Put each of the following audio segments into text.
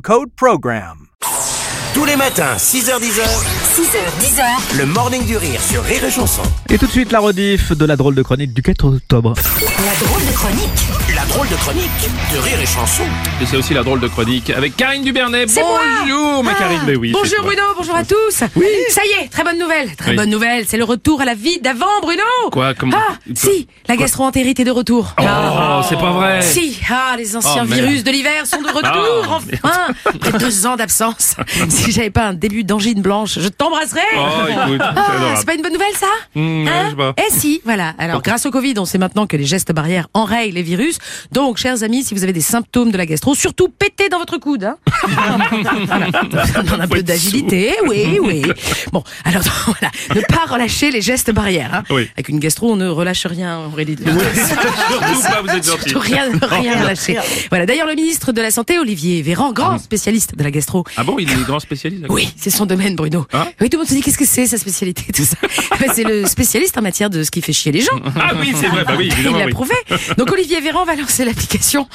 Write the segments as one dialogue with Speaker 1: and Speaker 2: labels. Speaker 1: code PROGRAM.
Speaker 2: Tous les matins, 6h10,
Speaker 3: 6h, 10h,
Speaker 2: le morning du rire sur Rire et Chanson.
Speaker 4: Et tout de suite la rediff de la drôle de chronique du 4 octobre.
Speaker 3: la drôle de chronique
Speaker 2: La drôle de chronique de Rire et Chanson.
Speaker 5: Et c'est aussi la drôle de chronique avec Karine Dubernet.
Speaker 6: C'est moi
Speaker 5: Bonjour, ma
Speaker 6: Ah,
Speaker 5: Karine, mais oui. c'est
Speaker 6: Bonjour
Speaker 5: toi.
Speaker 6: Bruno, bonjour à tous. Oui. Ça y est, très bonne nouvelle. Très
Speaker 5: Oui.
Speaker 6: bonne nouvelle, c'est le retour à la vie d'avant Bruno.
Speaker 5: Quoi, comment-
Speaker 6: Ah,
Speaker 5: Quoi-
Speaker 6: si, la gastroentérite est de retour. Ah,
Speaker 5: Oh, c'est pas vrai.
Speaker 6: Si, ah, les anciens
Speaker 5: Oh, merde.
Speaker 6: virus de l'hiver sont de
Speaker 5: Ah,
Speaker 6: retour, enfin Après deux ans d'absence, si j'avais pas un début d'angine blanche, je t'embrasserais
Speaker 5: Oh, écoute,
Speaker 6: Ah,
Speaker 5: c'est adorable.
Speaker 6: c'est pas une bonne nouvelle ça
Speaker 5: Hmm, ouais, je sais pas.
Speaker 6: Eh si, voilà. Alors grâce au Covid, on sait maintenant que les gestes barrières enrayent les virus. Donc, chers amis, si vous avez des symptômes de la gastro, surtout pétez dans votre coude. Hein. Voilà. Ça demande un
Speaker 5: Faut
Speaker 6: peu
Speaker 5: être
Speaker 6: d'agilité, oui, oui. Bon, alors voilà, ne pas relâcher les gestes barrières. hein.
Speaker 5: Oui.
Speaker 6: Avec une gastro, on ne relâche rien, Aurélie.
Speaker 5: Surtout pas, vous êtes gentil.
Speaker 6: Surtout rien,
Speaker 5: Oh,
Speaker 6: rien relâcher. Voilà. D'ailleurs, le ministre de la Santé, Olivier Véran, grand spécialiste de la gastro,
Speaker 5: Ah bon, il est grand spécialiste d'accord.
Speaker 6: oui, c'est son domaine, Bruno.
Speaker 5: Hein
Speaker 6: oui, tout le monde se dit qu'est-ce que c'est sa spécialité, tout ça. Ben, c'est le spécialiste en matière de ce qui fait chier les gens.
Speaker 5: Ah oui, c'est vrai, bah oui,
Speaker 6: Il
Speaker 5: évidemment.
Speaker 6: l'a
Speaker 5: oui.
Speaker 6: prouvé. Donc Olivier Véran va lancer l'application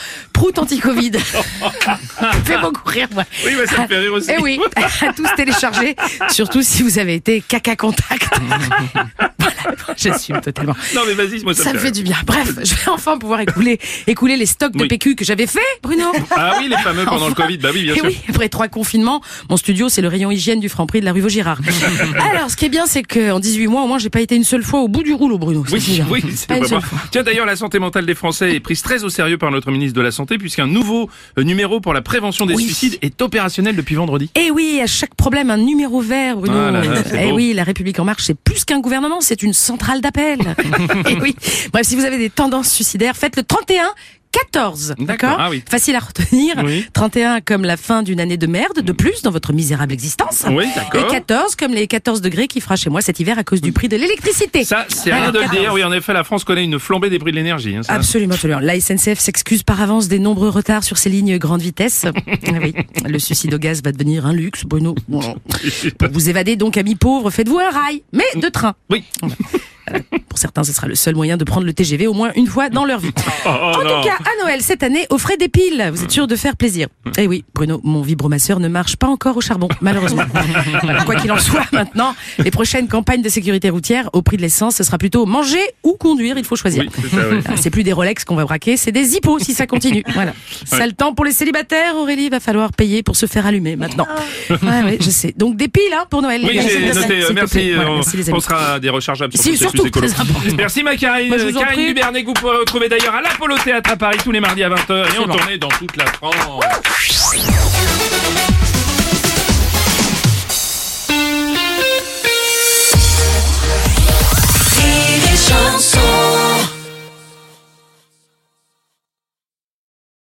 Speaker 6: Prout anti-Covid. fait beaucoup rire, moi.
Speaker 5: Oui, bah, ça me fait rire aussi.
Speaker 6: Eh oui, à tous télécharger, surtout si vous avez été caca contact. voilà, j'assume totalement.
Speaker 5: Non, mais vas-y, moi, ça,
Speaker 6: Ça me fait
Speaker 5: rire.
Speaker 6: du bien. Bref, je vais enfin pouvoir écouler, écouler les stocks de
Speaker 5: Oui.
Speaker 6: PQ que j'avais fait, Bruno.
Speaker 5: Ah oui, les fameux pendant le
Speaker 6: Enfin.
Speaker 5: Covid, bah oui, bien
Speaker 6: Eh
Speaker 5: sûr.
Speaker 6: oui, après trois confinements, mon studio, c'est le rayon hygiène du Franprix de la rue Vaugirard. Alors, ce qui est bien, c'est qu'en 18 mois, au moins, j'ai pas été une seule fois au bout du rouleau, Bruno. Ça, c'est Ah,
Speaker 5: Oui,
Speaker 6: bien.
Speaker 5: oui, c'est
Speaker 6: Pas une
Speaker 5: pas
Speaker 6: seule
Speaker 5: moi. Tiens, d'ailleurs, la santé mentale des Français est prise très au sérieux par notre ministre de la Santé, puisqu'un nouveau euh, numéro pour la prévention des
Speaker 6: Oui.
Speaker 5: suicides est opérationnel depuis vendredi.
Speaker 6: Eh oui, à chaque problème, un numéro vert, Bruno.
Speaker 5: Ah là là, c'est
Speaker 6: eh
Speaker 5: beau.
Speaker 6: oui, la République en marche, c'est plus qu'un gouvernement, c'est une centrale d'appel. eh oui. Bref, si vous avez des tendances suicidaires, faites le 31 14,
Speaker 5: D'accord,
Speaker 6: d'accord
Speaker 5: ah oui.
Speaker 6: Facile à retenir.
Speaker 5: Oui.
Speaker 6: 31 comme la fin d'une année de merde, de plus, dans votre misérable existence.
Speaker 5: Oui, d'accord.
Speaker 6: Ah. Et 14 comme les 14 degrés qui fera chez moi cet hiver à cause du prix de l'électricité.
Speaker 5: Ça, c'est rien
Speaker 6: Voilà,
Speaker 5: de le
Speaker 6: 14.
Speaker 5: dire. Oui, en effet, la France connaît une flambée des prix de l'énergie. hein, ça.
Speaker 6: Absolument, absolument. La SNCF s'excuse par avance des nombreux retards sur ses lignes grande vitesse. Ah oui, le suicide au gaz va devenir un luxe, Bruno. Pour vous évader donc, amis pauvres, faites-vous un rail, mais de train.
Speaker 5: Oui.
Speaker 6: Pour certains, ce sera le seul moyen de prendre le TGV au moins une fois dans leur vie.
Speaker 5: Oh, oh,
Speaker 6: en
Speaker 5: non.
Speaker 6: tout cas, à Noël cette année, offrez des piles. Vous êtes sûr de faire plaisir.
Speaker 5: Mm.
Speaker 6: Eh oui, Bruno, mon vibromasseur ne marche pas encore au charbon, malheureusement. Voilà, Quoi qu'il en soit, maintenant, les prochaines campagnes de sécurité routière, au prix de l'essence, ce sera plutôt manger ou conduire. Il faut choisir.
Speaker 5: Oui, c'est ça, oui.
Speaker 6: Ah, C'est plus des Rolex qu'on va braquer, c'est des hippos si ça continue. Voilà. Sale temps pour les célibataires, Aurélie, va falloir payer pour se faire allumer maintenant. Ouais, ouais, je sais. Donc des piles hein, pour Noël. les
Speaker 5: Ah. Oui,
Speaker 6: gars.
Speaker 5: j'ai
Speaker 6: S'il te
Speaker 5: noté.
Speaker 6: plaît,
Speaker 5: euh,
Speaker 6: s'il te
Speaker 5: Merci.
Speaker 6: plaît. Voilà,
Speaker 5: euh,
Speaker 6: merci, les
Speaker 5: On
Speaker 6: amis.
Speaker 5: pensera des rechargeables sur
Speaker 6: Si,
Speaker 5: tous ces
Speaker 6: surtout,
Speaker 5: sujets écolos.
Speaker 6: très important.
Speaker 5: Merci ma Karine.
Speaker 6: Moi, je vous en
Speaker 5: Karine
Speaker 6: prie.
Speaker 5: Dubernet que vous pourrez retrouver d'ailleurs à l'Apollo Théâtre à Paris tous les mardis à 20h et en tournée dans toute la France.